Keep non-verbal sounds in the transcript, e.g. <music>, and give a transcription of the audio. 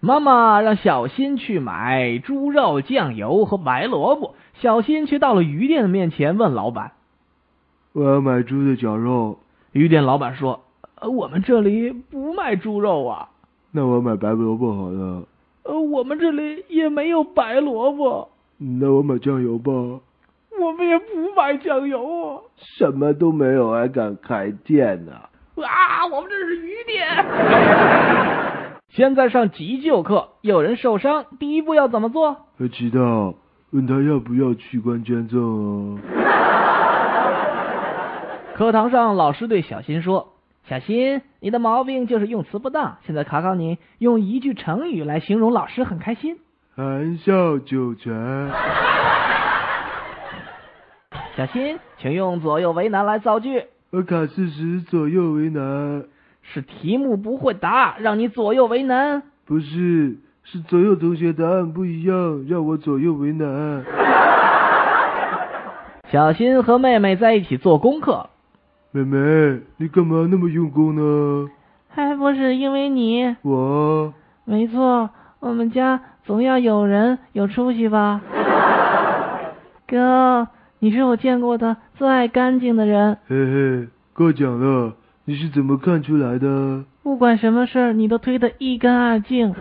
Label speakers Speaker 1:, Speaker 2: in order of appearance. Speaker 1: 妈妈让小新去买猪肉酱油和白萝卜，小新却到了鱼店的面前问老板
Speaker 2: 我要买猪的绞肉，：“
Speaker 1: 鱼店老板说，呃，我们这里不卖猪肉啊，
Speaker 2: 那我买白萝卜好了。
Speaker 1: 呃，我们这里也没有白萝卜，
Speaker 2: 那我买酱油吧。
Speaker 1: 我们也不买酱油啊。”
Speaker 2: 什么都没有，还敢开店呢、
Speaker 1: 啊，我们这是雨点。 <laughs> 现在上急救课，有人受伤，第一步要怎么做？
Speaker 2: 还知道问他要不要器官捐赠啊？
Speaker 1: 课堂上，老师对小新说：“小新，你的毛病就是用词不当。现在考考你，用一句成语来形容老师很开心。
Speaker 2: 含笑九泉。
Speaker 1: 小新，请用左右为难来造句。
Speaker 2: 我卡四十左右为难，
Speaker 1: 是题目不会答，让你左右为难。
Speaker 2: 不是，是左右同学答案不一样，让我左右为难。
Speaker 1: 小新和妹妹在一起做功课，
Speaker 2: 妹妹，你干嘛那么用功呢？
Speaker 1: 还不是因为你？
Speaker 2: 我
Speaker 1: 没错，我们家总要有人有出息 <laughs> 吧。哥，你是我见过的最干净的人，
Speaker 2: 嘿嘿，过奖了，你是怎么看出来的？
Speaker 1: 不管什么事儿你都推得一干二净。